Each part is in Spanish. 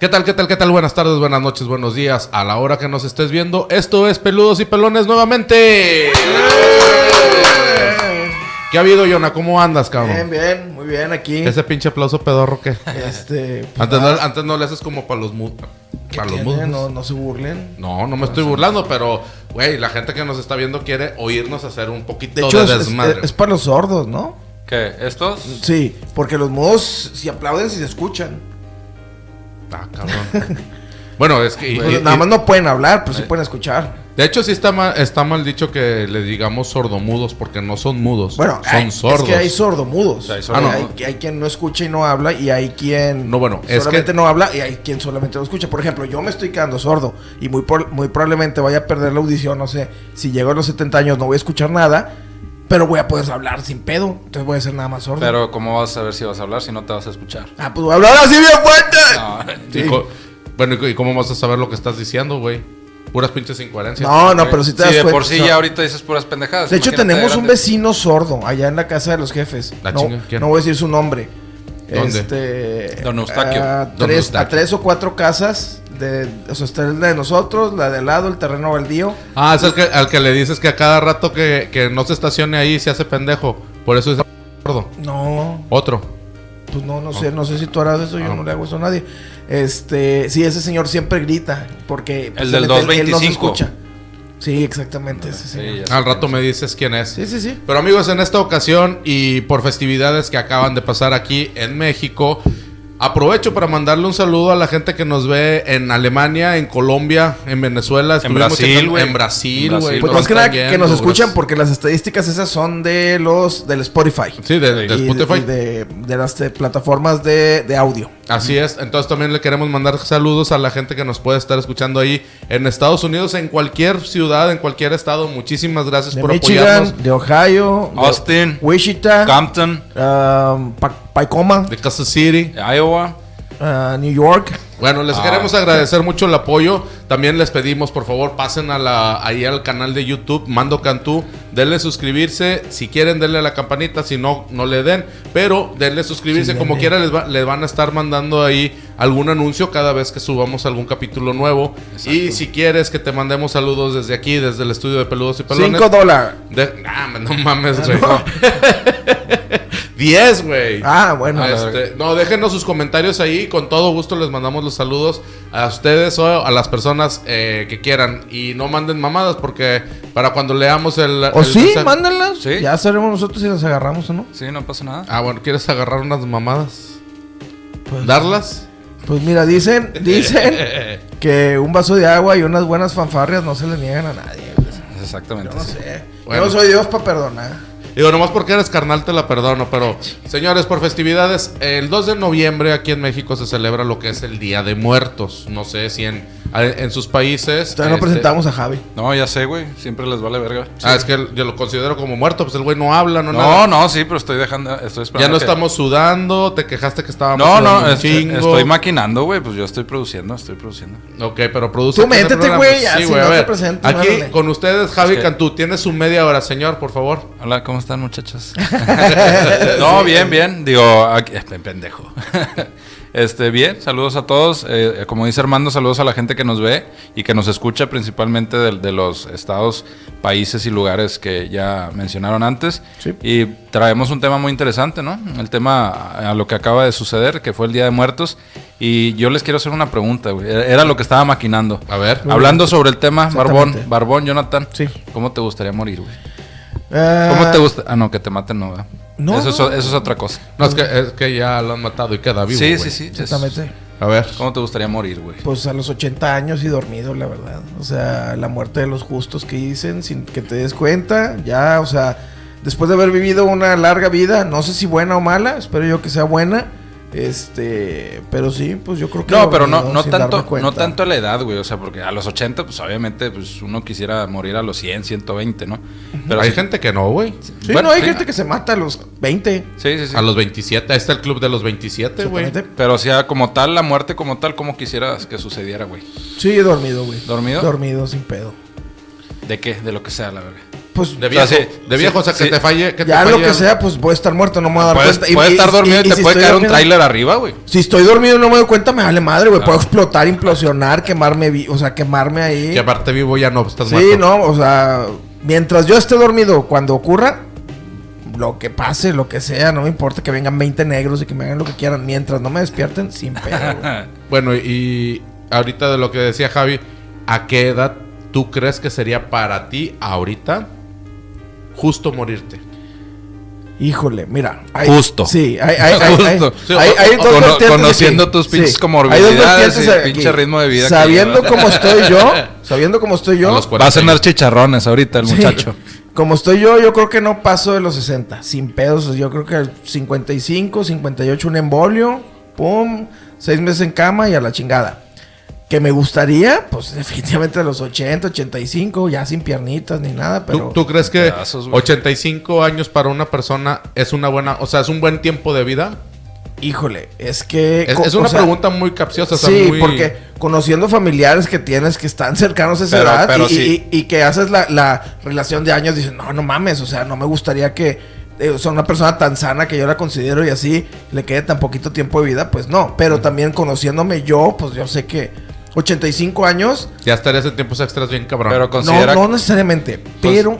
¿Qué tal, qué tal, qué tal? Buenas tardes, buenas noches, buenos días. A la hora que nos estés viendo, esto es Peludos y Pelones nuevamente. ¿Qué ha habido, Yona? ¿Cómo andas, Bien, cabrón? bien, muy bien aquí. Ese pinche aplauso pedorro que... Este, pues, Antes no, nada, antes no le haces como para los mu- ¿qué Para los tiene? muslos. no, no se burlen. No, no me estoy burlando, pero, güey, la gente que nos está viendo quiere oírnos hacer un poquito De de, hecho, es, es- desmadre. es para los sordos, ¿no? ¿Qué? ¿Estos? Sí, porque los mudos si aplauden si se escuchan. Ah, cabrón. bueno, es que... y- Pues, y- nada y- más no pueden hablar, pero sí pueden escuchar. de hecho, sí está mal, está mal dicho que le digamos sordomudos, porque no son mudos. Bueno, son hay- sordos. es que hay sordomudos. Hay Hay, sordomudos. hay, quien no escucha y no habla, y hay quien No, bueno, es solamente que- no habla, y hay quien solamente no escucha. Por ejemplo, yo me estoy quedando sordo, y muy, por- muy probablemente vaya a perder la audición, no sé, si llego a los 70 años no voy a escuchar nada, pero voy a poder hablar sin pedo, entonces voy a ser nada más sordo. Pero ¿cómo vas a saber si vas a hablar si no te vas a escuchar? Ah, pues voy a hablar así bien fuerte. No, Y Sí. co- bueno, ¿y co- ¿y cómo vas a saber lo que estás diciendo, güey? Puras pinches incoherencias. No, no, pero si te das de cuenta. por sí ya ahorita dices puras pendejadas. De hecho, imagínate tenemos un grande. vecino sordo allá en la casa de los jefes. La no, chinga, ¿quién? no voy a decir su nombre. ¿Dónde? Este, Don Eustaquio. A Don tres, Eustaquio. a tres o cuatro casas. De, o sea, está la de nosotros, la de al lado, el terreno baldío. Ah, es el que, al que le dices que a cada rato que, que no se estacione ahí se hace pendejo. Por eso es sordo. No, Otro. pues no, no sé, no sé si tú harás eso, yo Ah. no le hago eso a nadie. Este, sí, ese señor siempre grita, porque pues, del él- él- él no se 225. escucha. Sí, exactamente, ese señor. Sí, ya sé Al quién rato es. me dices quién es. Sí, sí, sí. Pero amigos, en esta ocasión y por festividades que acaban de pasar aquí en México, aprovecho para mandarle un saludo a la gente que nos ve en Alemania, en Colombia, en Venezuela, Estuvimos Brasil, checando- güey. en Brasil, En güey. nos Brasil, Pues más que nada están que nos yendo, escuchan bro. porque las estadísticas esas son de los del Spotify. Sí, de, de Y de- Spotify. y De, de las eh, plataformas de, de audio. Así es, entonces también le queremos mandar saludos a la gente que nos puede estar escuchando ahí en Estados Unidos, en cualquier ciudad, en cualquier estado. Muchísimas gracias De por Michigan, apoyarnos. de Ohio, de Austin, Wichita, Compton, um, Pa- Tacoma, De Kansas City. Iowa. uh, New York. Bueno, les Ah. queremos agradecer mucho el apoyo. También les pedimos, por favor, pasen a la, ahí al canal de YouTube, Mando Cantú. Denle suscribirse. Si quieren, denle a la campanita. Si no, no le den. Pero denle suscribirse. Sí, Como denle. quiera, les, va- les van a estar mandando ahí algún anuncio cada vez que subamos algún capítulo nuevo. Y si quieres que te mandemos saludos desde aquí, desde el estudio de Peludos y Pelones. 5 dólares. de- Ah, no mames, güey. 10, güey. Ah, bueno. Ah, este, no, déjenos sus comentarios ahí. Con todo gusto les mandamos los saludos a ustedes o a las personas eh, que quieran. Y no manden mamadas porque para cuando leamos el. o el sí, mensaje- mándenlas. Sí. Ya sabremos nosotros si las agarramos o no. Sí, no pasa nada. Ah, bueno, ¿quieres agarrar unas mamadas? Pues, ¿Darlas? Pues mira, dicen, dicen que un vaso de agua y unas buenas fanfarrias no se le niegan a nadie. güey. Exactamente. No sí. sé. Bueno. Yo soy Dios para perdonar. Digo, nomás porque eres carnal te la perdono, pero señores, por festividades, el 2 de noviembre aquí en México se celebra lo que es el Día de Muertos. No sé si en, en sus países. Todavía no este, presentamos a Javi. No, ya sé, güey. Siempre les vale verga. Ah, es que yo lo considero como muerto, pues el güey no habla, no, No, nada. no, sí, pero estoy dejando. Estoy Ya esperando. no que- estamos sudando, te quejaste que estábamos No, sudando no, un este, chingo. estoy maquinando, güey. Pues yo estoy produciendo, estoy produciendo. Ok, pero produce. Tú métete, este programa. güey, así güey, no a te ver. presentes, Aquí órale. con ustedes, Javi Es que- Cantú, tiene su media hora, señor, por favor. Hola, ¿cómo están, muchachos? no, bien, bien. Digo, aquí- eh, pendejo. Este, bien, saludos a todos. Eh, como dice Armando, saludos a la gente que nos ve y que nos escucha, principalmente de, de los estados, países y lugares que ya mencionaron antes. Sí. Y traemos un tema muy interesante, ¿no? El tema a, a lo que acaba de suceder, que fue el Día de Muertos. Y yo les quiero hacer una pregunta, güey. Era era lo que estaba maquinando. A ver. Ah. Hablando sobre el tema, Barbón, Exactamente. Barbón, Jonathan, Sí. ¿cómo te gustaría morir, güey? Ah, ¿Cómo te gusta? Ah, no, que te maten, no, ¿verdad? No, Eso, es, no. eso es otra cosa. No, es que, es que ya lo han matado y queda vivo. sí, güey. sí, sí, es- Exactamente. A ver. ¿Cómo te gustaría morir, güey? Pues a los 80 años y dormido, la verdad. O sea, la muerte de los justos que dicen sin que te des cuenta. Ya, o sea, después de haber vivido una larga vida, no sé si buena o mala, espero yo que sea buena. Este, pero sí, pues yo creo que. No, pero no, dormido, no sin darme tanto, cuenta. no tanto a la edad, güey. O sea, porque a los 80, pues obviamente, pues uno quisiera morir a los 100, 120, ¿no? Pero Hay sí- gente que no, güey. Sí, no, Bueno, hay sí. gente que se mata a los 20. Sí, sí, sí. A los 27, ahí está el club de los 27, güey. exactamente. Pero o sea, como tal, la muerte como tal, ¿cómo quisieras que sucediera, güey? Sí, dormido, güey. ¿Dormido? Dormido, sin pedo. ¿De qué? De lo que sea, la verdad. Pues De O sea, viejo, sí, de viejo, o sea, sí, que sí. te falle. Que ya te lo falle- que sea, pues voy a estar muerto, no me voy a dar Puedes, cuenta. pues, Y- puedes y- estar dormido y, te si puede estoy caer un dormido- tráiler arriba, güey. Si estoy dormido y no me doy cuenta, me vale madre, güey. Puedo explotar, implosionar, quemarme, vi- o sea, quemarme ahí. Que aparte vivo ya no, estás Sí, muerto. no, o sea, mientras yo esté dormido, cuando ocurra, lo que pase, lo que sea, no me importa que vengan 20 negros y que me hagan lo que quieran. Mientras no me despierten, sin pedo. güey. Bueno, y ahorita de lo que decía Javi, ¿a qué edad tú crees que sería para ti ahorita justo morirte? Híjole, mira. hay- Justo. Sí, hay, hay, hay, hay- Justo. Sí, hay- hay dos cono- vertientes conociendo aquí. tus pinches comorbilidades hay dos vertientes y el aquí. pinche ritmo de vida que Sabiendo llevas. cómo estoy yo, sabiendo cómo estoy A yo, los Va a cenar chicharrones ahorita el Sí. muchacho. Como estoy yo, yo creo que no paso de los 60. Sin pedos. Yo creo que 55, 58, un embolio. Pum. Seis meses en cama y a la chingada. Que me gustaría, pues definitivamente a los 80, 85, ya sin piernitas ni nada, pero... ¿Tú, tú crees que Pedazos, güey. 85 años para una persona es una buena, o sea, es un buen tiempo de vida? Híjole, es que... Es, co- es o una sea, pregunta muy capciosa. o sea, sí, muy- porque conociendo familiares que tienes que están cercanos a esa Pero- edad pero y, sí. y- y que haces la, la relación de años, dices, no, no mames, o sea, no me gustaría que eh, o sea, una persona tan sana que yo la considero y así le quede tan poquito tiempo de vida, pues no, pero Mm. también conociéndome yo, pues yo sé que 85 años, Ya estarías en tiempos extras bien cabrón. Pero no, considera pues no necesariamente, pero...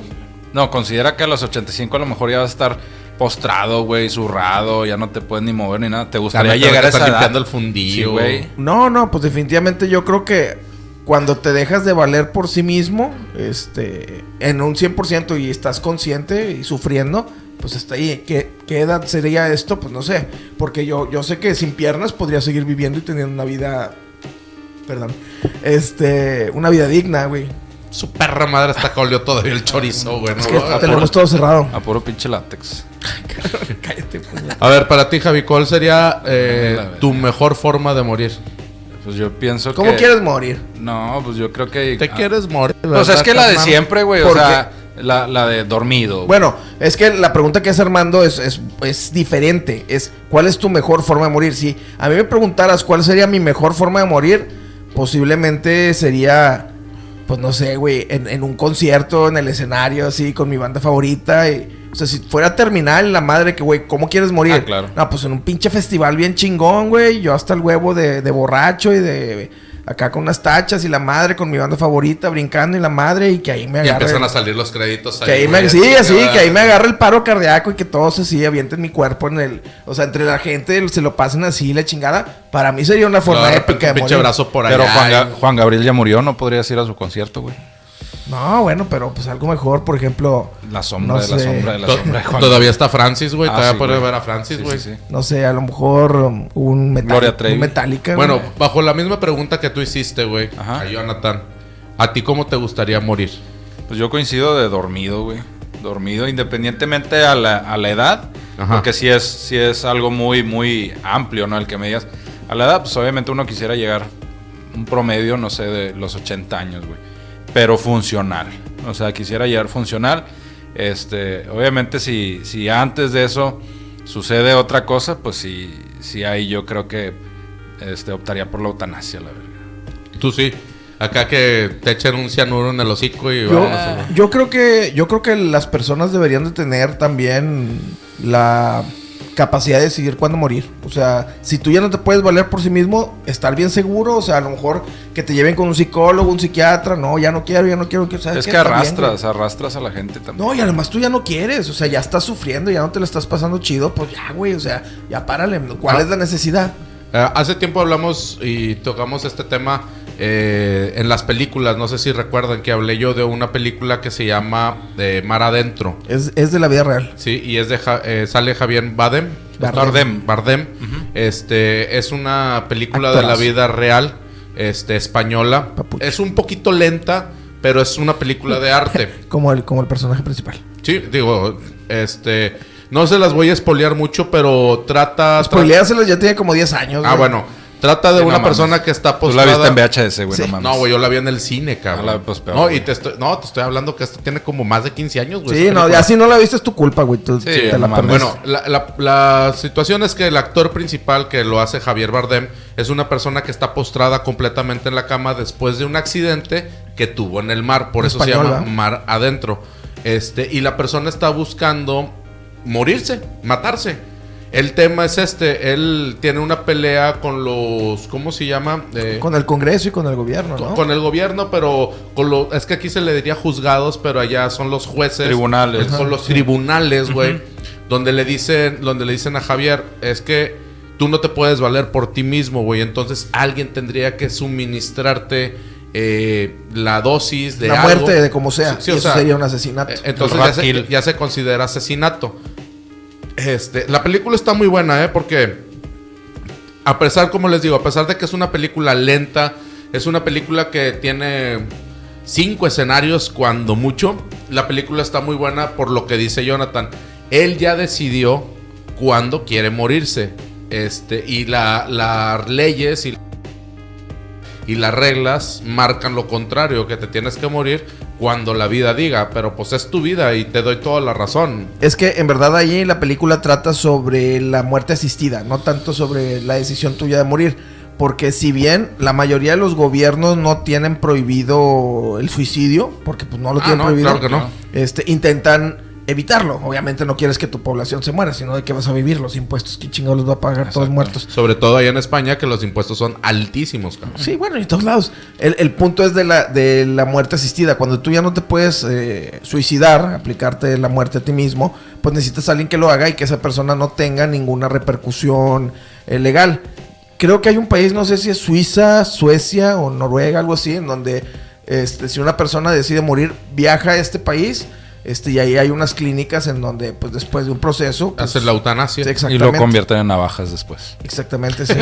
No, considera que a los 85 a lo mejor ya vas a estar postrado, güey, zurrado, ya no te puedes ni mover ni nada. ¿Te gustaría También tengo llegar que a estar esa edad? limpiando el fundillo. Sí, güey. No, no, pues definitivamente yo creo que cuando te dejas de valer por sí mismo, este, en un 100% y estás consciente y sufriendo, pues hasta ahí. ¿Qué, qué edad sería esto? Pues no sé. Porque yo, yo sé que sin piernas podría seguir viviendo y teniendo una vida. Perdón. Este, una vida digna, güey. Su perra madre está colió todavía el chorizo, güey. ¿no? Es que Ah, tenemos todo cerrado. A puro pinche látex. Cállate, puñet. A ver, para ti, Javi, ¿cuál sería eh, La verdad. tu mejor forma de morir? Pues yo pienso ¿Cómo que... quieres morir? No, pues yo creo que... ¿Te ah, quieres morir? O sea, es que la de carnal? siempre, güey. O Porque- sea, la, la de dormido. güey. Bueno, es que la pregunta que hace Armando es, es, es diferente. Es cuál es tu mejor forma de morir. Si a mí me preguntaras cuál sería mi mejor forma de morir, posiblemente sería, pues no sé, güey, en, en un concierto, en el escenario, así, con mi banda favorita. y- o sea, si fuera terminal, la madre que, güey, ¿cómo quieres morir? Ah, claro. No, pues en un pinche festival bien chingón, güey. Yo hasta el huevo de, de borracho y de... Acá con unas tachas y la madre con mi banda favorita brincando y la madre y que ahí me Y agarre. empiezan a salir los créditos Que ahí me, güey, sí, así, va. que ahí me agarra el paro cardíaco y que todos así avienten mi cuerpo en el. O sea, entre la gente se lo pasen así, la chingada. Para mí sería una Lo forma agarra épica de un pinche morir. brazo por allá. Pero Juan, Ga- y- Juan Gabriel ya murió, no podrías ir a su concierto, güey. No, bueno, pero pues algo mejor, por ejemplo. La sombra no de la sé, sombra de la to- sombra de Juan Todavía está Francis, güey. Ah, todavía sí, puedes güey. ver a Francis, Sí, güey. sí, sí. No sé, a lo mejor um, un, metal, Gloria Trevi. un Metallica. Bueno, güey. bajo la misma pregunta que tú hiciste, güey, Ajá. a Jonathan. ¿A ti cómo te gustaría morir? Pues yo coincido de dormido, güey. Dormido, independientemente a la, a la edad. Ajá. Porque si es, sí es algo muy, muy amplio, ¿no? El que me digas. A la edad, pues obviamente uno quisiera llegar un promedio, no sé, de los 80 años, güey. Pero funcional. O sea, quisiera llegar funcional. Este, obviamente si, si antes de eso sucede otra cosa, pues sí, sí ahí yo creo que este, optaría por la eutanasia, la verdad. Tú sí. Acá que te echen un cianuro en el hocico y Yo, vámonos, güey. yo creo que yo creo que las personas deberían de tener también la capacidad de decidir cuándo morir. O sea, si tú ya no te puedes valer por sí mismo, estar bien seguro, o sea, a lo mejor que te lleven con un psicólogo, un psiquiatra, no, ya no quiero, ya no quiero, ¿sabes Es qué? que Está bien, arrastras, arrastras a la gente güey. también. no, y además tú ya no quieres, o sea, ya estás sufriendo, ya no te la estás pasando chido, pues ya, güey, o sea, ya párale, Ah. ¿cuál es la necesidad? Eh, hace tiempo hablamos y tocamos este tema eh, en las películas. No sé si recuerdan que hablé yo de una película que se llama eh, Mar Adentro. Es, es de la vida real. Sí, y es de Ja- eh, sale Javier Badem. Bardem. Bardem. Este es una película de la Actorazo. vida real, este española. Papucho. Es un poquito lenta, pero es una película de arte. Como el, como el personaje principal. sí, digo, este no se las voy a espolear mucho, pero trata, Pues leáselos, ya tiene como 10 años. Ah, güey. bueno, trata de Sí, no una mames. persona que está Tú la postrada. viste en VHS, güey, Sí. no mames. No, güey, yo la vi en el cine, cabrón. Ah, la- pues, peor, no, y güey. te estoy, no, te estoy hablando que esto tiene como más de 15 años, güey. Sí, esa no, película. ya si no la viste es tu culpa, güey. Tú Sí, te no la mames. perdes. Bueno, la, la- la situación es que el actor principal que lo hace Javier Bardem es una persona que está postrada completamente en la cama después de un accidente que tuvo en el mar, por En eso español, ¿ah? se llama ¿verdad? mar adentro. Este, y la persona está buscando morirse, matarse. El tema es este, él tiene una pelea con los, ¿cómo se llama? Eh, Con el Congreso y con el gobierno, con, ¿no? con el gobierno, pero con lo, es que aquí se le diría juzgados, pero allá son los jueces. Tribunales. Son los tribunales, güey. Donde le dicen, donde le dicen a Javier, es que tú no te puedes valer por ti mismo, güey. Entonces alguien tendría que suministrarte eh, la dosis de la algo". muerte de como sea. Sí, sí, y o eso sea, sería un asesinato. eh, Entonces El ya rat se, kill. ya se considera asesinato. Este, la película está muy buena, ¿eh? Porque a pesar, como les digo, a pesar de que es una película lenta, es una película que tiene cinco escenarios cuando mucho, la película está muy buena por lo que dice Jonathan. Él ya decidió cuándo quiere morirse. Este, y la- las leyes y y las reglas marcan lo contrario, que te tienes que morir cuando la vida diga, pero pues es tu vida y te doy toda la razón. Es que en verdad ahí la película trata sobre la muerte asistida, no tanto sobre la decisión tuya de morir. Porque si bien la mayoría de los gobiernos no tienen prohibido el suicidio, porque pues no lo Ah, tienen no, prohibido, claro que no. este, intentan evitarlo. Obviamente no quieres que tu población se muera, sino de que vas a vivir los impuestos, que chingados los va a pagar todos muertos. Sobre todo allá en España que los impuestos son altísimos, cabrón. Sí, bueno, y en todos lados. El, el punto es de la, de la muerte asistida. Cuando tú ya no te puedes eh, suicidar, aplicarte la muerte a ti mismo, pues necesitas a alguien que lo haga y que esa persona no tenga ninguna repercusión eh, legal. Creo que hay un país, no sé si es Suiza, Suecia o Noruega, algo así, en donde este, si una persona decide morir, viaja a este país. Este, y ahí hay unas clínicas en donde, pues después de un proceso. pues, Hacen la eutanasia, Y Exactamente. lo convierten en navajas después. Exactamente, sí.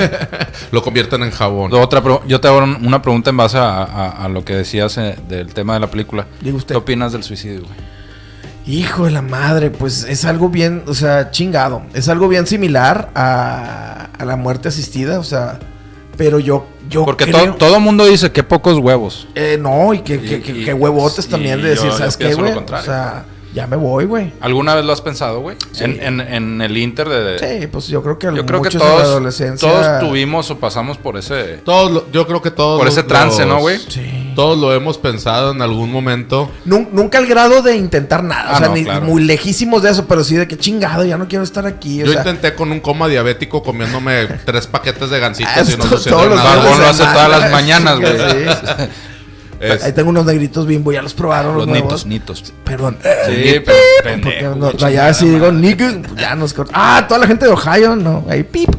lo convierten en jabón. Lo Otra, pro- yo te hago un- una pregunta en base a, a- a lo que decías eh, del tema de la película. Diga usted. ¿Qué opinas del suicidio, güey? Hijo de la madre, pues es algo bien, o sea, chingado. Es algo bien similar a, a la muerte asistida, o sea, pero yo, yo Porque to- creo- todo el mundo dice que pocos huevos. Eh, no, y que, Y- que- que- y- que huevotes también y de decir, yo- yo ¿sabes qué, pienso lo güey? O contrario. sea, ya me voy, güey. ¿Alguna vez lo has pensado, güey? Sí. En, en- en el Inter de... Sí, pues yo creo que Yo creo que muchos en la todos, adolescencia- todos tuvimos o pasamos por ese... Todos lo- yo creo que todos Por los- ese trance, ¿no, güey? Sí. Todos lo hemos pensado en algún momento. Nun- Nunca al grado de intentar nada, o Ah, sea, no, ni- claro. muy lejísimos de eso, pero sí de que chingado, ya no quiero estar aquí, o Yo sea, intenté con un coma diabético comiéndome tres paquetes de ah, gansitos y esto- no sucedió todos los nada. fines de Barbón lo hace semana, todas las mañanas, chinga, güey. sí. Es- Ahí tengo unos negritos bimbo, ya los probaron los, Los nuevos. nitos, nitos. Perdón. Sí, pero Porque pendejo, no, güey, allá chingada si digo madre. niggas, pues ya nos corta. Ah, toda la gente de Ohio, no. Ahí pip.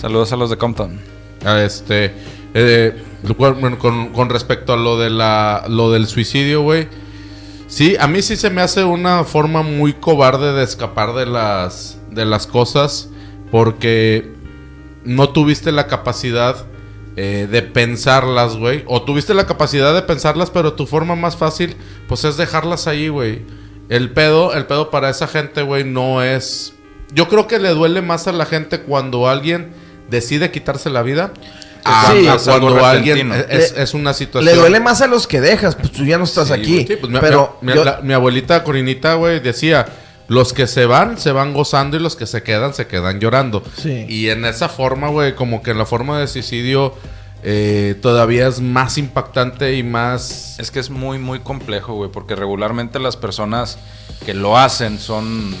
Saludos a los de Compton. A este eh, bueno, con, con respecto a lo de la lo del suicidio güey sí a mí sí se me hace una forma muy cobarde de escapar de las de las cosas porque no tuviste la capacidad eh, de pensarlas, güey. O tuviste la capacidad de pensarlas, pero tu forma más fácil, pues es dejarlas ahí, güey. El pedo, el pedo para esa gente, güey, no es. Yo creo que le duele más a la gente cuando alguien decide quitarse la vida. a- Sí, a Ah, es algo cuando alguien repentino. es, Le- es una situación. Le duele más a los que dejas, pues tú ya no estás Sí, aquí. güey. Sí, pues mi, pero mi- mi- yo- la- mi abuelita Corinita, güey, decía, los que se van, se van gozando y los que se quedan, se quedan llorando. Sí. Y en esa forma, güey, como que en la forma de suicidio eh, todavía es más impactante y más... Es que es muy, muy complejo, güey, porque regularmente las personas que lo hacen son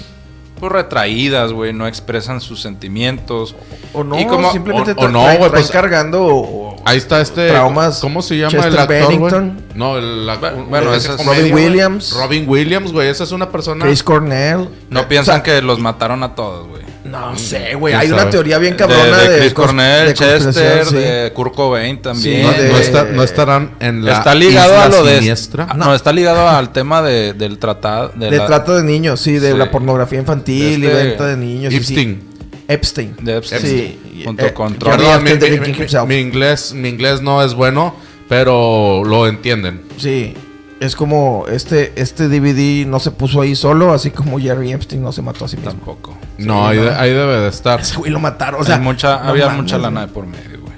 pues, retraídas, güey, no expresan sus sentimientos. o no, y como- simplemente o- te o no, traen- güey, traen pues- cargando. o- Ahí está este... Traumas. ¿Cómo se llama Chester el actor, güey? Bennington. No, el... la- Bueno, un- bueno, ese ese es comedia, Robin güey. Williams. Robin Williams, güey. Esa es una persona... Chris Cornell. No Eh, piensan o sea, que los mataron a todos, güey. No sé, güey. ¿Quién Hay una sabe? teoría bien cabrona de, de. de Chris cons- Cornell, de conspiración, Chester, sí. de Kurt Cobain también. No, Sí, no de- está- no estarán en la está ligado isla a lo de siniestra. ah, no. está ligado al tema de- del tratado de, de la- trata de niños, sí, de Sí. la pornografía infantil y Este- venta de niños. sí, sí. Epstein. Epstein. de Epstein, Sí. junto Eh, con Johnny Trump. Perdón, mi, After mi- Drinking mi- Himself. mi inglés, mi inglés no es bueno, pero lo entienden. Sí, es como este, este DVD no se puso ahí solo, así como Jerry Epstein no se mató a sí mismo. Tampoco. No, ahí, ¿no? de- ahí debe de estar. Ese güey lo mataron, o sea. Hay mucha, no había mames, mucha güey. lana de por medio, güey.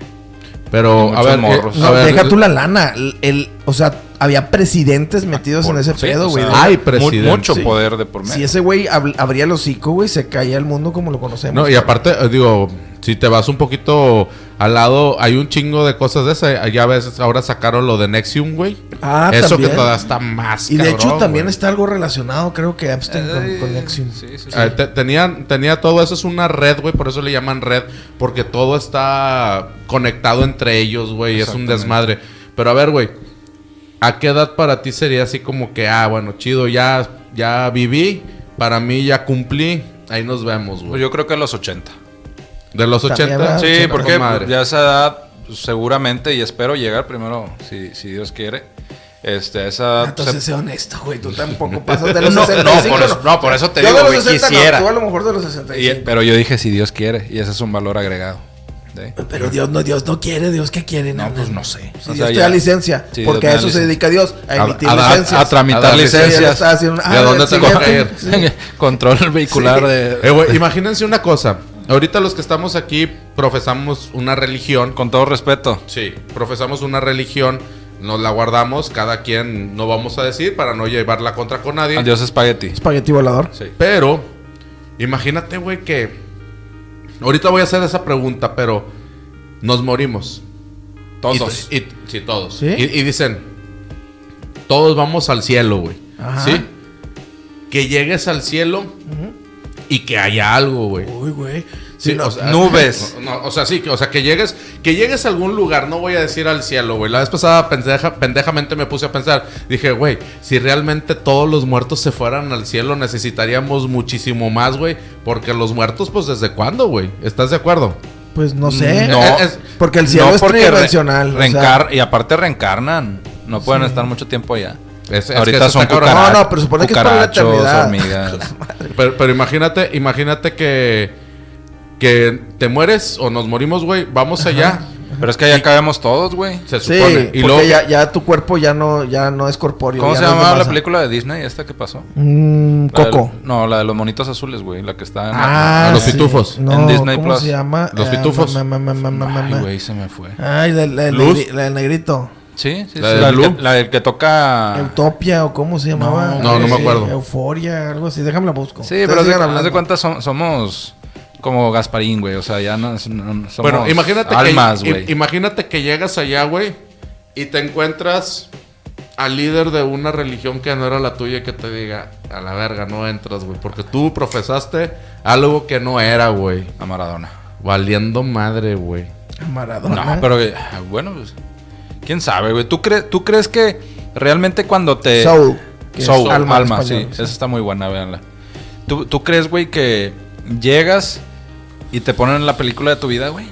Pero, Y a ver, muchos morros. eh, a No, ver, deja tú eh, la lana. El, el- o sea, había presidentes metidos por- en ese sí, pedo, o güey. sea, de- Ay, mu- presidente. Mucho Sí. poder de por medio. si ese güey ab- abría el hocico, güey, se caía el mundo como lo conocemos. No, y aparte, eh, digo, si te vas un poquito al lado, hay un chingo de cosas de esa. Ya ves, ahora sacaron lo de Nexium, güey. Ah, Eso también. que todavía está más Y de hecho cabrón, también güey. está algo relacionado, creo que Epstein con, con Nexium. Sí, sí, sí. Eh, te- tenían- tenía todo eso, es una red, güey, por eso le llaman red, porque todo está conectado entre ellos, güey, es un Exactamente. desmadre. Pero a ver, güey, ¿a qué edad para ti sería así como que, ah, bueno, chido, ya, ya viví, para mí ya cumplí, ahí nos vemos, Pues güey? yo creo que a los 80. De los También, 80. ¿verdad? Ah, Sí, ochenta, porque con madre. pues, ya a esa edad pues, seguramente y espero llegar primero, si, si Dios quiere. Este, a esa edad, Ah, pues, Entonces, se- sé honesto, güey. Tú tampoco pasas de los No, 65. no, por eso- no, por eso te Yo digo, de los güey, 60 no, quisiera. tú a lo mejor de los y- 65. pero yo dije si Dios quiere y ese es un valor agregado. ¿sí? Pero Dios no, Dios no quiere, Dios qué quiere. No, pues no sé. Si O sea, Dios te ya- da licencia, Sí, porque a Dios me eso da se licencia. dedica Dios, a A- emitir a dar- licencias. A tramitar A dar Sí, él licencias. está haciendo- Ah, ¿De Ah, dónde te lo siguiente. traer? Control vehicular de... Eh, güey, imagínense una cosa, ahorita los que estamos aquí profesamos una religión, Con todo respeto. Sí, profesamos una religión, nos la guardamos, cada quien no vamos a decir para no llevar la contra con nadie. Adiós espagueti. Espagueti volador. Sí. Pero, imagínate, güey, que. Ahorita voy a hacer esa pregunta, pero. Nos morimos. Todos. Y, y- sí, todos. ¿Sí? Y, y dicen. Todos vamos al cielo, güey. Ajá. ¿Sí? Que llegues al cielo y que haya algo, güey. Uy, güey. Sí, Sí, no, o sea, nubes. no, no, o sea, sí, que- o sea, que llegues, que llegues a algún lugar, no voy a decir al cielo, güey. La vez pasada pendeja- pendejamente me puse a pensar, dije, güey, si realmente todos los muertos se fueran al cielo, necesitaríamos muchísimo más, güey. Porque los muertos, pues, ¿desde cuándo, güey? ¿Estás de acuerdo? pues no sé. No. Eh, es- Porque el cielo No, es porque re- tridimensional. o sea, reencar- y aparte reencarnan. No pueden estar mucho tiempo allá. Es- es que Ahorita eso son está cabrón. cucarachos. No, no, pero supone que es para la eternidad. hormigas. Pero, pero imagínate, imagínate que, que te mueres o nos morimos, güey. Vamos allá. pero es que allá cabemos todos, güey. Se Sí, supone. porque y luego, ya, ya tu cuerpo ya no, ya no es corpóreo. ¿Cómo ya se no es de llamaba la masa. película de Disney esta que pasó? Mm, La del- Coco. no, la de los monitos azules, güey. La que está en... Ah, los pitufos. No, En Disney ¿cómo Plus. se llama? Los Ah, pitufos. ma, ma, ma, ma, ma, ma, ma. Ay, güey, se me fue. Ay, la, la- la- Luz. la del negrito. Sí, sí, La sí, de La, del Blue. que, la del que toca... Utopia o cómo se llamaba. No, no me Sí, acuerdo. Euforia, algo así. Déjame la busco. Sí, Ustedes pero haz de, sigan haz de hablando. cuenta som- somos como Gasparín, güey. O sea, ya no, es- no- no- somos Bueno, imagínate almas, que güey. i- imagínate que llegas allá, güey, y te encuentras al líder de una religión que no era la tuya y que te diga, a la verga, no entras, güey, porque tú profesaste algo que no era, güey, A Maradona. valiendo madre, güey. Maradona. No, pero eh, bueno, pues, quién sabe, güey. ¿Tú, crees ¿Tú crees que realmente cuando te... Soul. que es Soul, eh, alma, en sí. español, Esa está muy buena, véanla. ¿Tú, tú crees, güey, que llegas y te ponen la película de tu vida, güey?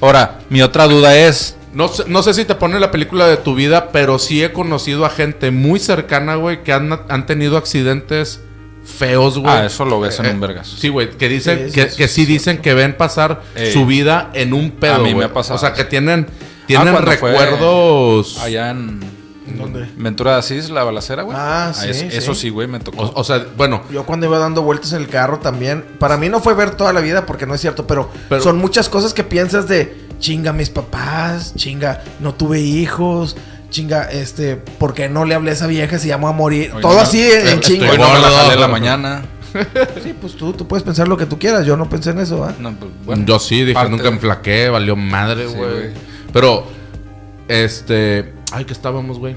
Ahora, mi otra duda es... No sé, no sé si te pone la película de tu vida, pero sí he conocido a gente muy cercana, güey, que han, han tenido accidentes feos, güey. Ah, eso lo ves en Eh, un vergazo. Sí, güey, que dicen Sí, que, sí, que sí, sí es dicen que ven pasar Ey. su vida en un pedo, Eh, A mí me güey. ha pasado. O sea, que tienen tienen cuando fue recuerdos Allá en... ¿Dónde? Ventura de Asís, la balacera, güey. Ah, sí, es- sí. Eso sí, güey, me tocó. o, o sea, bueno, Yo cuando iba dando vueltas en el carro también, para mí no fue ver toda la vida porque no es cierto, pero, Pero- son muchas cosas que piensas de chinga mis papás, chinga no tuve hijos, chinga este, ¿por qué no le hablé a esa vieja si llamó a morir? Hoy Todo no- así en, eh, en chinga. Hoy no me la gordo. jalé la mañana. Sí, pues tú, tú puedes pensar lo que tú quieras, yo no pensé en eso, ¿ah? No, pues, bueno. yo sí dije, parte nunca de- enflaqué, valió madre, Sí, güey. güey. Pero este, ay, que estábamos, güey.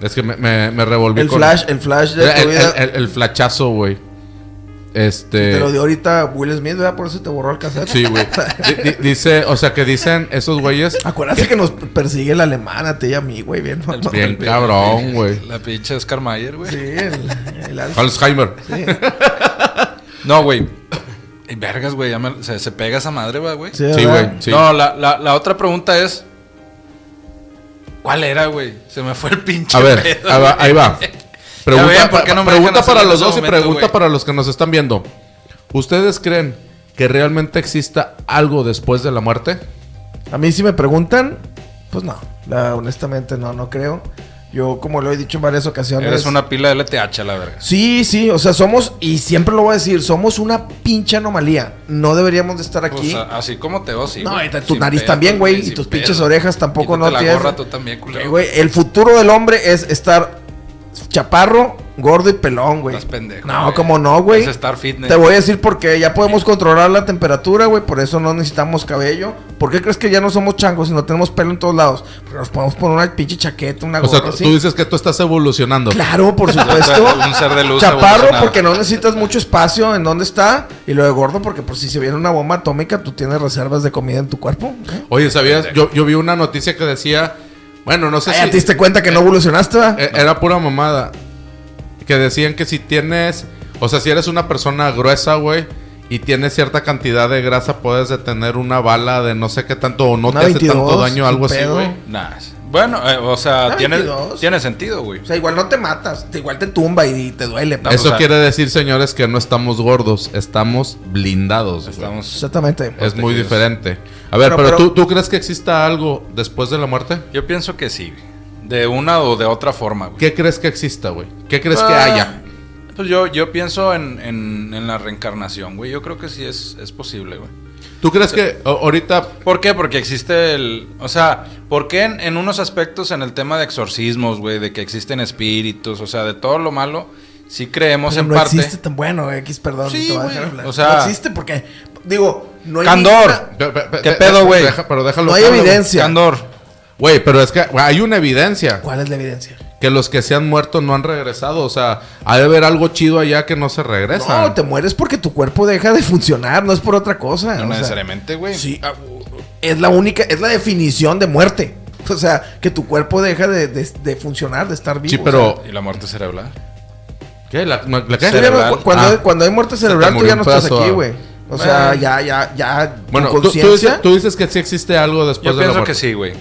Es que me, me, me revolví El con- flash, el flash de el, tu el- vida. el- el flachazo, güey. Este Eh, Te lo dio ahorita Will Smith, ¿verdad? Por eso te borró el cassette. Sí, güey. Di- di- dice, o sea, que dicen esos güeyes Acuérdate que nos persigue la alemana, te y a mí, güey, bien. mamón. bien cabrón, güey. La pinche Oscar Mayer, güey. Sí, el, el alfa. Alzheimer. Sí. No, güey. Y Vergas, güey. ya me- Se, se pega esa madre, va, güey. Sí, Sí, ¿verdad? güey. Sí. No, la, la, la otra pregunta es. ¿Cuál era, güey? Se me fue el pinche. A ver, pedo, ahí va. güey. ahí va. Pregunta, ven por pa- qué no me pregunta dejan para hacerlo en los ese dos y momento, pregunta güey. para los que nos están viendo. ¿Ustedes creen que realmente exista algo después de la muerte? A mí si me preguntan, pues no. La, honestamente no, no creo. Yo como lo he dicho en varias ocasiones. Eres una pila de LTH, la verga. Sí, sí, o sea, somos, y siempre lo voy a decir, somos una pinche anomalía. No deberíamos de estar aquí. Pues, a- así como te veo, sí. No, güey. y te- tu Sin nariz pedo, también, güey, y sin tus pedo. pinches orejas tampoco Quítate no la tienes. gorra tú también, culero. Eh, güey, el futuro del hombre es estar chaparro, gordo y pelón, güey. Estás pendejo, No, güey. como no, güey. Es Star Fitness. Te voy a decir porque ya podemos controlar la temperatura, güey. Por eso no necesitamos cabello. ¿Por qué crees que ya no somos changos y no tenemos pelo en todos lados? Porque nos podemos poner una pinche chaqueta, una O gorra sea, tú- así. tú dices que tú estás evolucionando. Claro, por supuesto. Un ser de luz Chaparro evolucionado. porque no necesitas mucho espacio en donde está. Y lo de gordo porque por si se viene una bomba atómica, tú tienes reservas de comida en tu cuerpo. ¿eh? Oye, ¿sabías? Yo, yo vi una noticia que decía, bueno, no sé Ay, ya te si diste cuenta que no evolucionaste, ¿verdad? eh, era pura mamada. Que decían que si tienes, o sea, si eres una persona gruesa, güey, y tienes cierta cantidad de grasa, puedes detener una bala de no sé qué tanto o no Una te 22, hace tanto daño, algo sin así, pedo. güey. Nah. Bueno, eh, o sea, Ah, tiene, 22. tiene sentido, güey. O sea, igual no te matas, te- igual te tumba y, te duele. pero- Eso pues, o sea- quiere decir, señores, que no estamos gordos, estamos blindados. güey. Estamos. Exactamente. Es muy protegidos. diferente. A ver, Pero- pero, pero- ¿tú, ¿tú crees que exista algo después de la muerte? Yo pienso que sí, güey. De una o de otra forma, güey. ¿Qué crees que exista, güey? ¿Qué crees que Ah, haya? Pues yo, yo pienso en, en- en la reencarnación, güey. Yo creo que sí es, es posible, güey. ¿Tú crees que a- ahorita ¿Por qué? Porque existe el... O sea, ¿por qué en, en unos aspectos en el tema de exorcismos, güey? De que existen espíritus, o sea, de todo lo malo, sí creemos Pero en no parte... existe tan bueno, güey, X, perdón. Sí, te voy a güey, dejar hablar. o sea- no existe porque, digo, no hay. Candor. ninguna- Pe- pe- pe- ¿Qué de- pedo, de- güey? deja- Pero déjalo. No hay hablar, güey. evidencia. Candor. Güey, pero es que güey, hay una evidencia. ¿Cuál es la evidencia? Que los que se han muerto no han regresado. O sea, ha de haber algo chido allá que no se regresa. No, te mueres porque tu cuerpo deja de funcionar, no es por otra cosa. Ah, No o sea, necesariamente, güey. sí, ah, u- es la única, es la definición de muerte. O sea, que tu cuerpo deja de, de- de funcionar, de estar vivo. Sí, o pero- sea. Y la muerte cerebral. ¿Qué? ¿La, la- la qué? Tú ya no- Cerebral. cu- cuando, Ah. hay- cuando hay muerte cerebral, tú murió ya un no estás pedazo, aquí, ah. güey. O sea, Bueno. ya, ya, ya. tu Bueno, tú- tú, conciencia- dices, tú dices que sí existe algo después de Yo la pienso muerte. que sí, güey.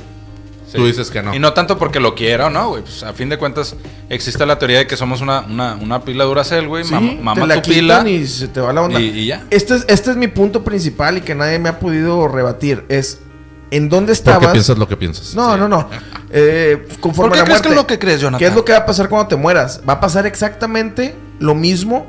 Tú dices que no. Y no tanto porque lo quiera o no, güey. Pues a fin de cuentas, existe la teoría de que somos una, una, una pila duracel, güey. Sí, Mam- te mama la tu pila. quitan y se te va la onda. Y- y ya. Este es, este es mi punto principal y que nadie me ha podido rebatir. Es ¿en dónde ¿Por qué estabas? piensas lo que piensas? No, no, no. Eh, conforme ¿Por qué a la crees que muerte. es lo que crees, Jonathan? ¿Qué es lo que va a pasar cuando te mueras? Va a pasar exactamente lo mismo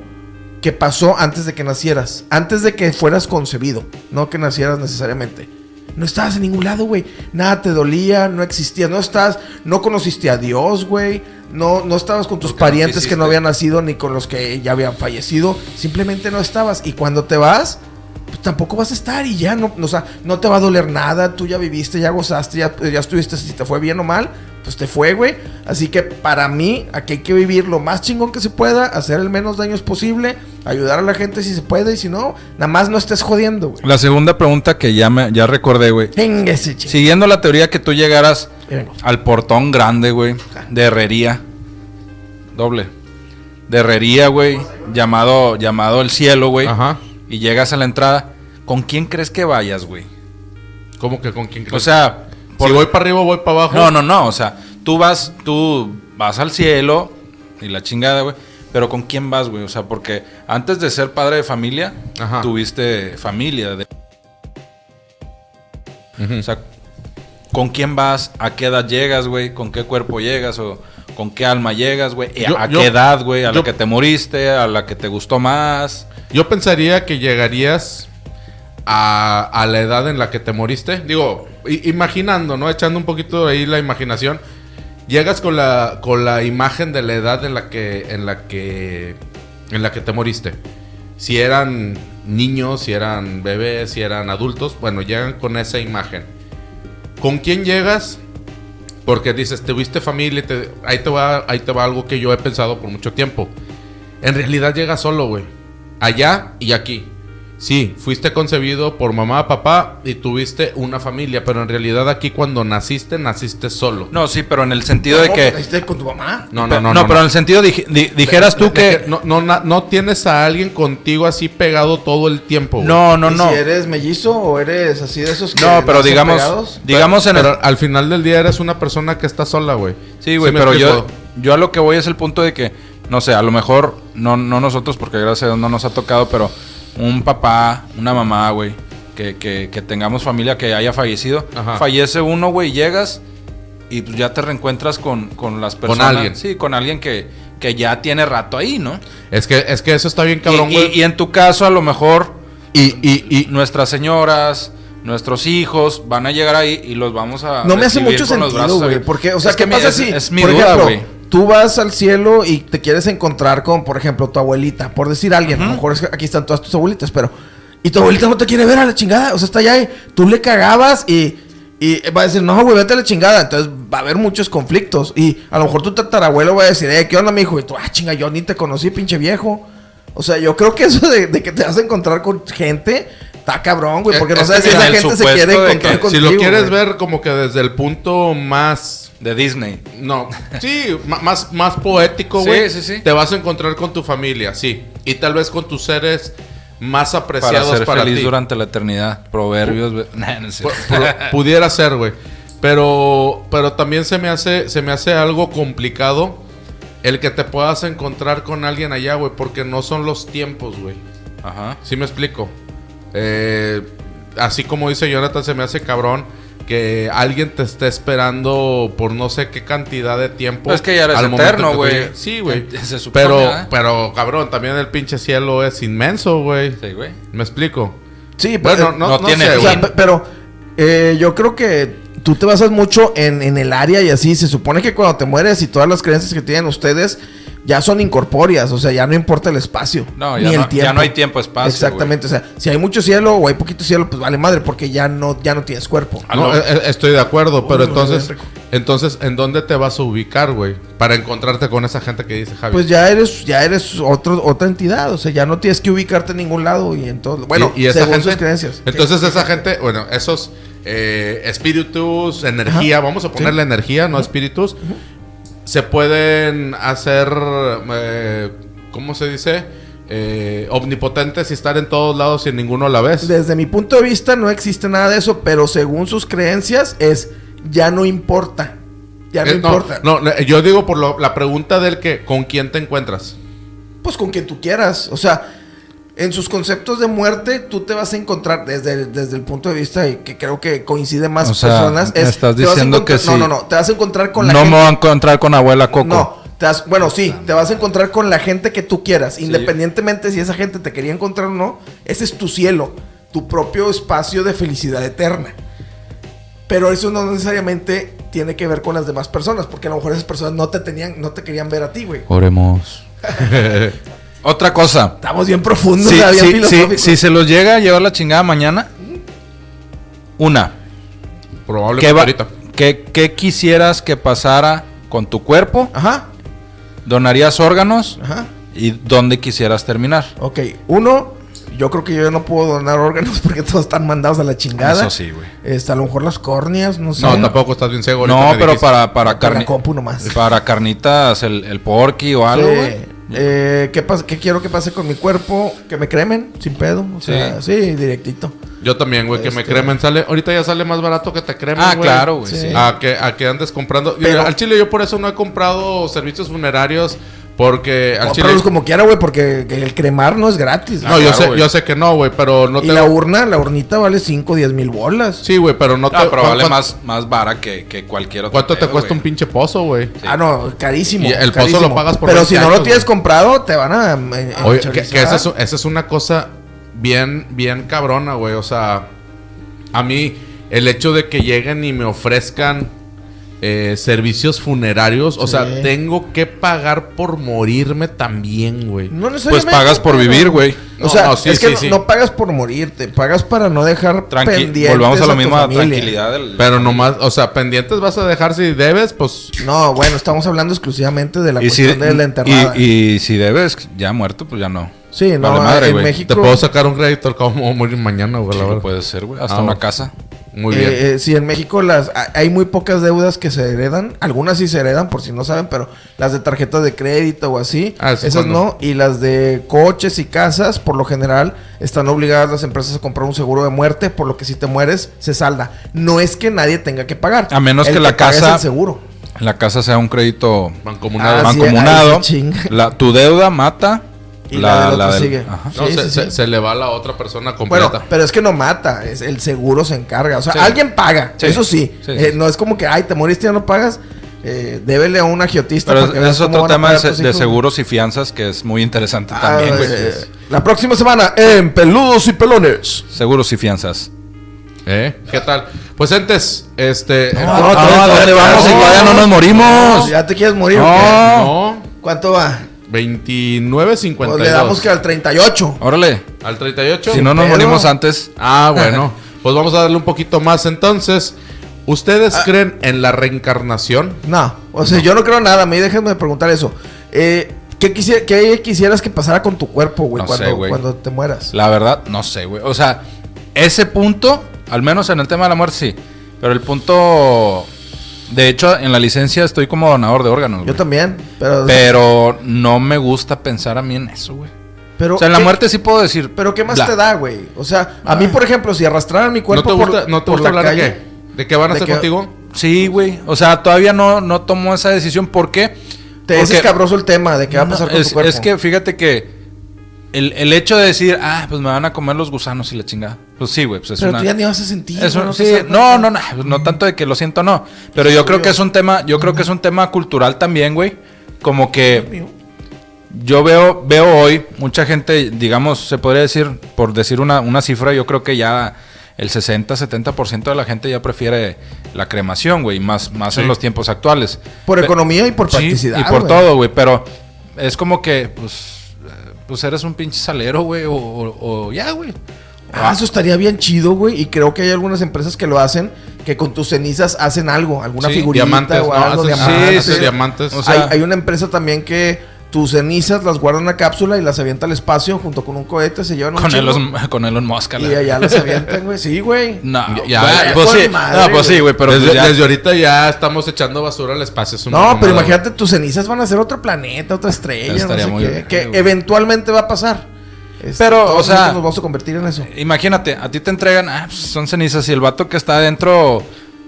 que pasó antes de que nacieras. Antes de que fueras concebido. No que nacieras necesariamente. No estabas en ningún lado, güey. Nada te dolía, no existías, no estás, no conociste a Dios, güey. No, no estabas con tus Porque no parientes que no quisiste. habían nacido ni con los que ya habían fallecido. Simplemente no estabas. Y cuando te vas, pues tampoco vas a estar y ya no, o sea, no te va a doler nada, tú ya viviste, ya gozaste, ya, ya estuviste, si te fue bien o mal, pues te fue, güey. Así que para mí, aquí hay que vivir lo más chingón que se pueda, hacer el menos daños posible, ayudar a la gente si se puede y si no, nada más no estés jodiendo, güey. La segunda pregunta que ya, me, ya recordé, güey. Téngase, ching. Siguiendo la teoría que tú llegaras Ahí vengo. al portón grande, güey, de herrería. Doble. De herrería, güey, llamado, llamado el cielo, güey. Ajá. Y llegas a la entrada. ¿Con quién crees que vayas, güey? ¿Cómo que con quién O crees? sea, por- si voy para arriba o voy para abajo. no, no, no. O sea, tú vas, tú vas al cielo y la chingada, güey. Pero ¿con quién vas, güey? O sea, porque antes de ser padre de familia, Ajá. tuviste familia. de- O sea, ¿con quién vas? ¿A qué edad llegas, güey? ¿Con qué cuerpo llegas? ¿O con qué alma llegas, güey? ¿Y Yo- ¿A yo- qué edad, güey? ¿A la yo- que te moriste? ¿A la que te gustó más? Yo pensaría que llegarías a, a la edad en la que te moriste. Digo, i- imaginando, ¿no? Echando un poquito ahí la imaginación. Llegas con la, con la imagen de la edad en la que. en la que. en la que te moriste. Si eran niños, si eran bebés, si eran adultos, bueno, llegan con esa imagen. ¿Con quién llegas? Porque dices, tuviste familia, y te- ahí, te va, ahí te va algo que yo he pensado por mucho tiempo. En realidad llegas solo, güey. Allá y aquí. Sí, fuiste concebido por mamá, papá y tuviste una familia, pero en realidad aquí cuando naciste, naciste solo. No, sí, pero en el sentido de No, que... pues, ¿naciste con tu mamá? No, Pe- no, no. pero en el sentido dij- di- dijeras tú De que que... no, no, na- no tienes a alguien contigo así pegado todo el tiempo. güey. No, no, ¿Y no. si eres mellizo o eres así de esos que No, pero nacen digamos, pegados? digamos en el- Pero al final del día eres una persona que está sola, güey. Sí, güey, me pero yo, explico? yo a lo que voy es el punto de que, no sé, a lo mejor, no, no nosotros, porque gracias a Dios no nos ha tocado, pero un papá, una mamá, güey, que, que, que tengamos familia que haya fallecido, Ajá. fallece uno, güey, llegas y pues ya te reencuentras con, con las Con personas. alguien. Sí, con alguien que, que ya tiene rato ahí, ¿no? Es que, es que eso está bien cabrón, y, güey. y- y en tu caso, a lo mejor, Y, y, y nuestras señoras, nuestros hijos van a llegar ahí y los vamos a. no me hace recibir mucho con los sentido, brazos güey. abiertos. Porque, o sea, Es ¿qué que mi- pasa es- si, Es mi por duda, ejemplo, güey. tú vas al cielo y te quieres encontrar con, por ejemplo, tu abuelita, por decir alguien, a lo mejor es que aquí están todas tus abuelitas, pero. Y tu abuelita no te quiere ver a la chingada, o sea, está allá y tú le cagabas y. Y va a decir, no, güey, vete a la chingada. Entonces va a haber muchos conflictos. Y a lo mejor tu tatarabuelo va a decir, eh, ¿qué onda, mijo? Y tú, ah, chinga, yo ni te conocí, pinche viejo. O sea, yo creo que eso de, de que te vas a encontrar con gente está cabrón, güey. Es- Porque no es sabes que si esa mira, el gente se supuesto quiere de que encontrar contigo. si lo quieres güey. ver como que desde el punto más De Disney. No, sí, ma- más, más poético, Sí, güey. sí, sí. Te vas a encontrar con tu familia, sí. Y tal vez con tus seres más Para apreciados para, ser feliz ti. durante la eternidad. Proverbios. güey. Nah, no es Pu- cierto. pu- pudiera ser, güey. Pero, pero también se me, hace, se me hace algo complicado el que te puedas encontrar con alguien allá, güey, porque no son los tiempos, güey. Ajá. Sí me explico. Eh, así como dice Jonathan, se me hace cabrón que alguien te esté esperando por no sé qué cantidad de tiempo. Pues es que ya eres al momento eterno, que tú güey. Eh, llegues. Sí, güey. Se supone, Pero, ¿verdad? pero, cabrón, también el pinche cielo es inmenso, güey. Sí, güey. ¿Me explico? Sí, pero, Bueno, no, no no tiene sé, fin. o sea, güey. pe- pero eh, yo creo que tú te basas mucho en, en el área y así. Se supone que cuando te mueres y todas las creencias que tienen ustedes ya son incorpóreas. O sea, ya no importa el espacio. No, ya no- ya no hay tiempo, espacio, Exactamente. O sea, si hay mucho cielo o hay poquito cielo, pues vale madre, porque ya no, ya no tienes cuerpo. Ah, No, no. eh, eh, estoy de acuerdo, pero Uy, lo entonces, bien rico. entonces, ¿en dónde te vas a ubicar, güey? Para encontrarte con esa gente que dice Javi. Pues ya eres, ya eres otro, otra entidad. O sea, ya no tienes que ubicarte en ningún lado y en todo. Bueno, Y- y esa según gente- sus creencias. Entonces esa gente, bueno, esos eh, espíritus, energía, vamos a ponerle energía, no espíritus, se pueden hacer, eh, ¿cómo se dice? Eh, omnipotentes y estar en todos lados y en ninguno a la vez. Desde mi punto de vista no existe nada de eso, pero según sus creencias es ya no importa. Ya no Eh, importa. no, no, yo digo por lo- la pregunta del que, ¿con quién te encuentras? Pues con quien tú quieras. O sea, en sus conceptos de muerte tú te vas a encontrar desde el, desde el punto de vista y que creo que coincide más O sea, personas. me estás te vas a diciendo que encontrar- sí. No, no, no. Te vas a encontrar con la no gente. me voy a encontrar con abuela Coco. No, te vas- bueno, sí, te vas a encontrar con la gente que tú quieras. Independientemente si esa gente te quería encontrar o no, ese es tu cielo, tu propio espacio de felicidad eterna. Pero eso no necesariamente tiene que ver con las demás personas, porque a lo mejor esas personas no te tenían, no te querían ver a ti, güey. Oremos. Otra cosa. Estamos bien profundos, Sí, o sea, bien sí, sí, filosóficos. si se los llega a llevar la chingada mañana, una. Probablemente ¿Qué, va- ahorita. qué- qué quisieras que pasara con tu cuerpo? Ajá, ¿Donarías órganos? ajá. ¿Y dónde quisieras terminar? Ok, uno, yo creo que yo no puedo donar órganos porque todos están mandados a la chingada. Eso sí, güey. Este, a lo mejor las córneas, no sé. No, tampoco estás bien ciego. ahorita No, me pero dijiste. para, para, Con la carni- compu nomás. para carnitas, el, el porky o algo, Sí. güey. Eh, ¿qué, pas- qué quiero que pase con mi cuerpo? Que me cremen, sin pedo. O sea, sí, directito. Yo también, güey, que me Este- cremen. Sale, ahorita ya sale más barato que te cremen, Ah, güey. claro, güey. Sí. sí. a que, a que andes comprando. Mira, Pero- al Chile yo por eso no he comprado servicios funerarios porque al Chile... Cómpralos como quiera, güey, porque que el cremar no es gratis. No, güey. yo, claro, sé, güey. yo sé que no, güey, pero no y te... la urna, la urnita vale 5 o 10 mil bolas. Sí, güey, pero no te... Ah, pero vale ¿cuán- más, más vara que, que cualquier otro. ¿Cuánto te pedo, cuesta güey. un pinche pozo, güey? Ah, no, carísimo. Y el pozo carísimo. lo pagas por Pero 20 si no lo años, tienes güey. comprado, te van a. eh, Oye, que, enchorizar. que esa, es, esa es una cosa bien, bien cabrona, güey. O sea, a mí el hecho de que lleguen y me ofrezcan eh, servicios funerarios, o Sí. sea, tengo que pagar por morirme también, güey. No Pues necesariamente, pagas por pero- vivir, güey. No, o sea, no, sí, es que sí, no, sí. no pagas por morirte, pagas para no dejar Tranqui pendientes volvamos a la tu misma familia. tranquilidad del. Pero nomás, o sea, pendientes vas a dejar si debes, pues No, bueno, estamos hablando exclusivamente de la y si, cuestión de la enterrada. y- y si debes, ya muerto, pues ya no. sí, no, vale madre, en güey. México. Te puedo sacar un crédito al cabo morir mañana, güey, la Sí, verdad. puede ser, güey. Hasta Ah, una ok. casa. Muy eh, bien. eh, sí, en México las ha- hay muy pocas deudas que se heredan. Algunas sí se heredan, por si no saben, pero las de tarjetas de crédito o así, Ah, eso esas cuando- no. Y las de coches y casas, por lo general, están obligadas las empresas a comprar un seguro de muerte, por lo que si te mueres, se salda. No es que nadie tenga que pagar. A menos El que la paga es casa- el seguro. La casa sea un crédito Mancomunado. Ah, sí, mancomunado. ahí se chinga. la, tu deuda mata. Y la del otro sigue. ajá. no, sí, se, sí, se- sí. se le va a la otra persona completa. Bueno, pero es que no mata, es el seguro se encarga. O sea, Sí. alguien paga, Sí. eso sí. Sí, Eh, sí. no es como que, ay, te moriste y ya no pagas. Eh, débele a un agiotista. Pero para que es, veas es cómo otro van a tema pagar de, tus de hijos. seguros y fianzas que es muy interesante Ah, también, güey. eh, La próxima semana en Peludos y Pelones. Seguros y fianzas. ¿Eh? ¿Qué tal? Pues entes, este... No, eh, no, Ah, ¿a dónde vamos? Si todavía no nos morimos. Pues, ¿Ya te quieres morir? o qué? No. no, ¿Cuánto va? 29.52. Pues le damos que al 38. Órale. ¿Al 38? Si no nos pedo. morimos antes. Ah, bueno. pues vamos a darle un poquito más entonces. ¿Ustedes Ah. creen en la reencarnación? No, o sea, yo no creo nada. A mí déjenme preguntar eso. Eh, ¿qué, quisi- qué quisieras que pasara con tu cuerpo, güey, No cuando, sé, güey. cuando te mueras? La verdad, no sé, güey. O sea, ese punto, al menos en el tema de la muerte, sí. Pero el punto. De hecho, en la licencia estoy como donador de órganos, Yo güey. también, pero... Pero no me gusta pensar a mí en eso, güey. pero O sea, en la ¿qué- muerte sí puedo decir. Pero ¿qué más bla. te da, güey? O sea, a mí, por ejemplo, si arrastraran mi ¿No cuerpo te gusta, por, no te por gusta la hablar calle... de qué? ¿De qué van a De hacer que- contigo? Sí, güey. O sea, todavía no, no tomo esa decisión. ¿Por qué? Te es Porque- escabroso el tema de qué va a pasar No, con es, tu cuerpo. es que fíjate que. El, el hecho de decir, ah, pues me van a comer los gusanos y la chingada. Pues sí, güey. Pues es Pero una... tú ya ni vas a sentir. Es güey, un- no sí, te sabes no, nada. no, no, no tanto de que lo siento, no. Pero yo creo que es un tema, yo creo que es un tema cultural también, güey. Como que yo veo, veo hoy mucha gente, digamos, se podría decir, por decir una, una cifra, yo creo que ya el 60, 70% de la gente ya prefiere la cremación, güey, más, más Sí. en los tiempos actuales. Por Pe- economía y por Sí, practicidad. Y por güey. todo, güey. Pero es como que, pues, eh, pues eres un pinche salero, güey, o, o- o ya, güey. Ah, eso estaría bien chido, güey. Y creo que hay algunas empresas que lo hacen, que con tus cenizas hacen algo, alguna Sí, figurita diamantes, o ¿no? algo. Haces- diamantes. sí, sí, diamantes. O sea- hay, hay una empresa también que tus cenizas las guarda en una cápsula y las avienta al espacio junto con un cohete, se llevan un Con chingo, Elon, con Elon Musk. a la- y allá las avientan, güey. Sí, güey. No, Ya, ya, ya, pues con sí, madre, no, pues sí, güey, pero desde, pues ya- desde ahorita ya estamos echando basura al espacio. es una No, pero mamada, imagínate, tus cenizas van a ser otro planeta, otra estrella, Estaría no muy sé qué, bien, que güey. eventualmente va a pasar. Este, Pero, todos o sea- nosotros nos vamos a convertir en eso. imagínate, a ti te entregan, ah, pues, son cenizas y el vato que está adentro,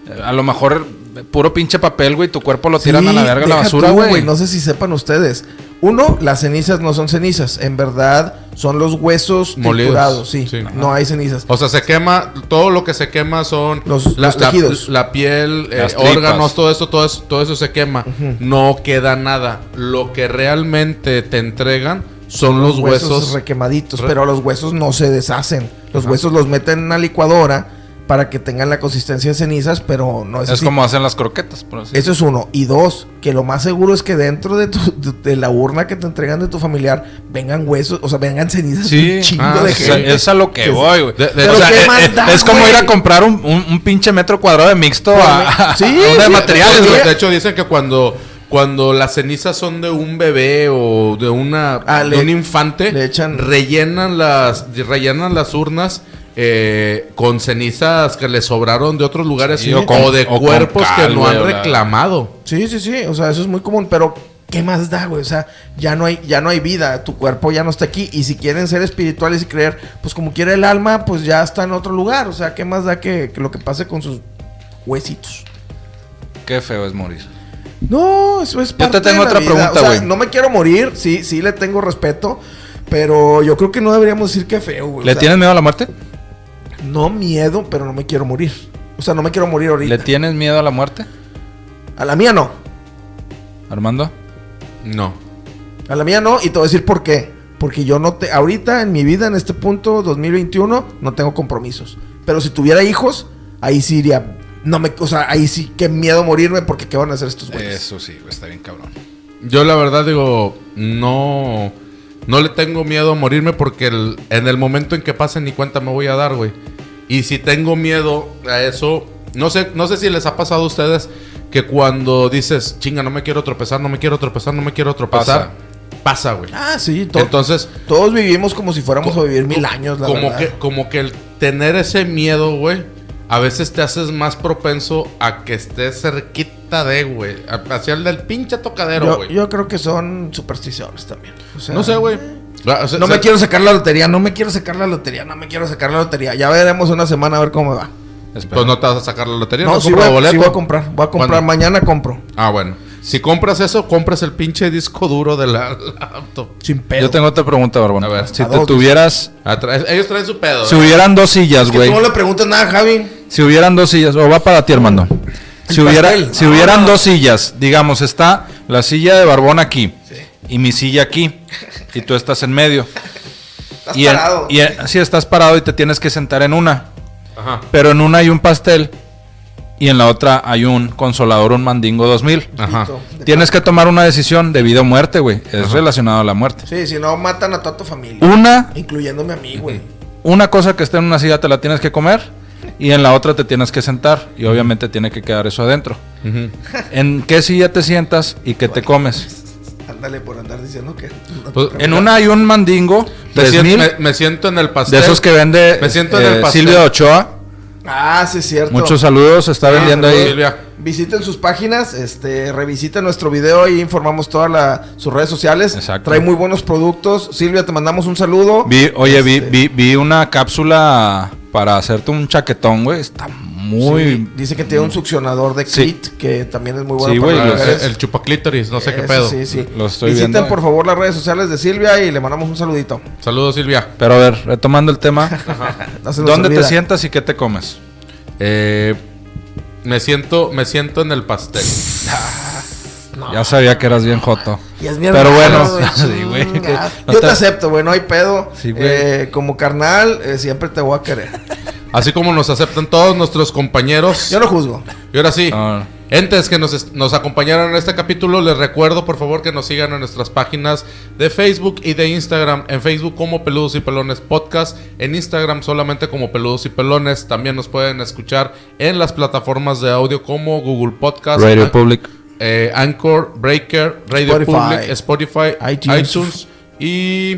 eh, a lo mejor eh, puro pinche papel, güey, tu cuerpo lo tiran Sí, a la verga, a la deja basura, tú, güey. No sé si sepan ustedes. Uno, las cenizas no son cenizas. En verdad, son los huesos Molidos. triturados. Sí, Sí. no hay cenizas. O sea, se quema, todo lo que se quema son Los- los tejidos. La, piel, eh, Las tripas. órganos, todo eso, todo eso, todo eso se quema. No queda nada. Lo que realmente te entregan son los huesos. requemaditos, re- pero los huesos no se deshacen. Los Ajá. huesos los meten en una licuadora para que tengan la consistencia de cenizas, pero no es, Es así. como hacen las croquetas, por así Eso es uno. Y dos, que lo más seguro es que dentro de, tu- de- de la urna que te entregan de tu familiar vengan huesos, o sea, vengan cenizas de Sí, un chingo ah, de o sea, gente. es a lo que Que- voy, güey. De- de- O Pero sea, qué eh, más eh, da, es como güey. ir a comprar un, un- un pinche metro cuadrado de mixto Pero a, me- a- sí, a una de sí, materiales, De- güey. De hecho, dicen que cuando, cuando las cenizas son de un bebé o de una Ah, de le- un infante, le echan- rellenan las rellenan las urnas. eh, con cenizas que le sobraron de otros lugares Sí, y- o con- o de o con cuerpos que cal, no güey, han o la- reclamado. Sí, sí, sí. O sea, eso es muy común. Pero, ¿qué más da, güey? O sea, ya no hay, ya no hay vida. Tu cuerpo ya no está aquí. Y si quieren ser espirituales y creer, pues como quiere el alma, pues ya está en otro lugar. O sea, ¿qué más da que, que lo que pase con sus huesitos? Qué feo es morir. No, eso es parte te tengo de la otra vida. pregunta, O sea, güey. no me quiero morir. Sí, sí le tengo respeto. Pero yo creo que no deberíamos decir que feo, güey. O ¿Le sea, tienes miedo a la muerte? No miedo, pero no me quiero morir. O sea, no me quiero morir ahorita. ¿Le tienes miedo a la muerte, A la mía no. Armando? No. A la mía no, y te voy a decir por qué. Porque yo no te. Ahorita en mi vida, en este punto, 2021, no tengo compromisos. Pero si tuviera hijos, ahí sí iría. No me, o sea, ahí sí, qué miedo morirme porque qué van a hacer estos güeyes. Eso sí, güey, está bien cabrón. Yo la verdad digo, no, no le tengo miedo a morirme porque el- en el momento en que pase ni cuenta me voy a dar, güey. Y si tengo miedo a eso, no sé, no sé si les ha pasado a ustedes que cuando dices, chinga, no me quiero tropezar, no me quiero tropezar, no me quiero tropezar, pasa, güey. Ah, sí, to- Entonces, todos vivimos como si fuéramos a vivir mil co- años, la como verdad. que como que el tener ese miedo, güey, a veces te haces más propenso a que estés cerquita de, güey, a- hacia el del pinche tocadero, yo, güey. yo creo que son supersticiones también. O sea, No sé, güey. Este, Ah, O sea, No me se- quiero sacar la lotería, no me quiero sacar la lotería, no me quiero sacar la lotería. Ya veremos una semana a ver cómo me va. Pues no te vas a sacar la lotería, no, No, sí voy, compras a- boleto. sí voy a comprar. Voy a comprar, ¿Cuándo? mañana compro. Ah, bueno. Si compras eso, compras el pinche disco duro de la laptop. Sin pedo. Yo tengo otra pregunta, Barbón. A ver. si ¿A te dónde? tuvieras, Atrás- ellos traen su pedo. si ¿eh? hubieran dos sillas, Es que güey. tú no le preguntas nada, Javi. Si hubieran dos sillas, o va para ti, Armando. Si, El hubiera, pastel. Ah. si hubieran dos sillas, digamos, está la silla de Barbón aquí y mi silla aquí, y tú estás en medio. Estás y en- parado. y en- sí, estás parado y te tienes que sentar en una. Ajá. Pero en una hay un pastel y en la otra hay un consolador, un mandingo 2000. Ah. Ajá. De- Tienes que tomar una decisión de vida o muerte, güey. Es relacionado a la muerte. Sí, si no, matan a toda tu familia. Una, Incluyéndome a mí, güey. una cosa que esté en una silla te la tienes que comer y en la otra te tienes que sentar y obviamente tiene que quedar eso adentro. Ujú. ¿En qué silla te sientas y qué te comes? Ándale por andar diciendo que. Pues, En una hay un mandingo Me, 3000, siento, me- me siento en el pastel. de esos que vende Me siento en eh, el pastel. Silvia Ochoa. Ah, sí, es cierto. Muchos saludos, está Ah, vendiendo saludos, ahí. Silvia. Visiten sus páginas, este, revisiten nuestro video y informamos todas la- sus redes sociales. Exacto. Trae muy buenos productos. Silvia, te mandamos un saludo. Vi, oye, vi, Este, vi, vi una cápsula para hacerte un chaquetón, güey. Está muy... mm, sí, dice que tiene un succionador de Sí. clit, que también es muy bueno Sí, güey, Ah, los- el, lugares. el chupaclítoris, no sé qué Eso pedo. Sí, sí. Lo estoy Visiten viendo. por favor las redes sociales de Silvia y le mandamos un saludito. Saludos, Silvia. Pero a ver, retomando el tema. No se nos ¿Dónde te olvida. sientas y qué te comes? Eh, me siento, me siento en el pastel. ya sabía que eras bien joto. Y es mi Pero hermano, bueno, güey, sí, güey. chinga. No Yo te- te acepto, güey, no hay pedo. Sí, güey. Eh, como carnal, eh, siempre te voy a querer. Así como nos aceptan todos nuestros compañeros. Yo no juzgo. Y ahora sí, Ah. entes que nos, est- nos acompañaron en este capítulo, les recuerdo por favor que nos sigan en nuestras páginas de Facebook y de Instagram. En Facebook como Peludos y Pelones Podcast, en Instagram solamente como Peludos y Pelones. También nos pueden escuchar en las plataformas de audio como Google Podcast, Radio An- Public. eh, Anchor, Breaker, Radio Spotify. Public, Spotify, iTunes. iTunes, y...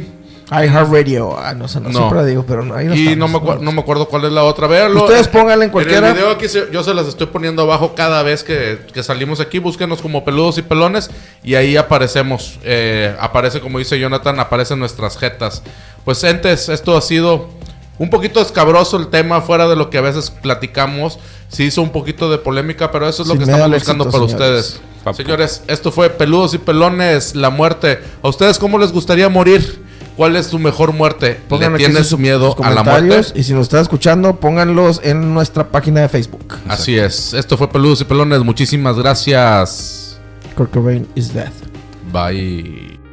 I Heart Radio. Ah, no, o sea, no, No. siempre la digo, pero no, ahí no Y estamos, no me, acuer- no me acuerdo cuál es la otra. Véanlo. Ustedes pónganla en En cualquiera. el video aquí se- yo se las estoy poniendo abajo cada vez que, que salimos aquí. Búsquenos como peludos y pelones y ahí aparecemos. Eh, aparece, como dice Jonathan, aparecen nuestras jetas. Pues entes, esto ha sido un poquito escabroso el tema, fuera de lo que a veces platicamos. Se hizo un poquito de polémica, pero eso es lo Sin que miedo estamos al buscando éxito, para señores. ustedes. Papu. Señores, esto fue Peludos y Pelones, la muerte. ¿A ustedes cómo les gustaría morir? ¿Cuál es tu mejor muerte? ¿Le Pónganle tienes miedo a la muerte? comentarios Y si nos estás escuchando, pónganlos en nuestra página de Facebook. Así es. Esto fue Peludos y Pelones. Muchísimas gracias. Kurt Cobain is death. Bye.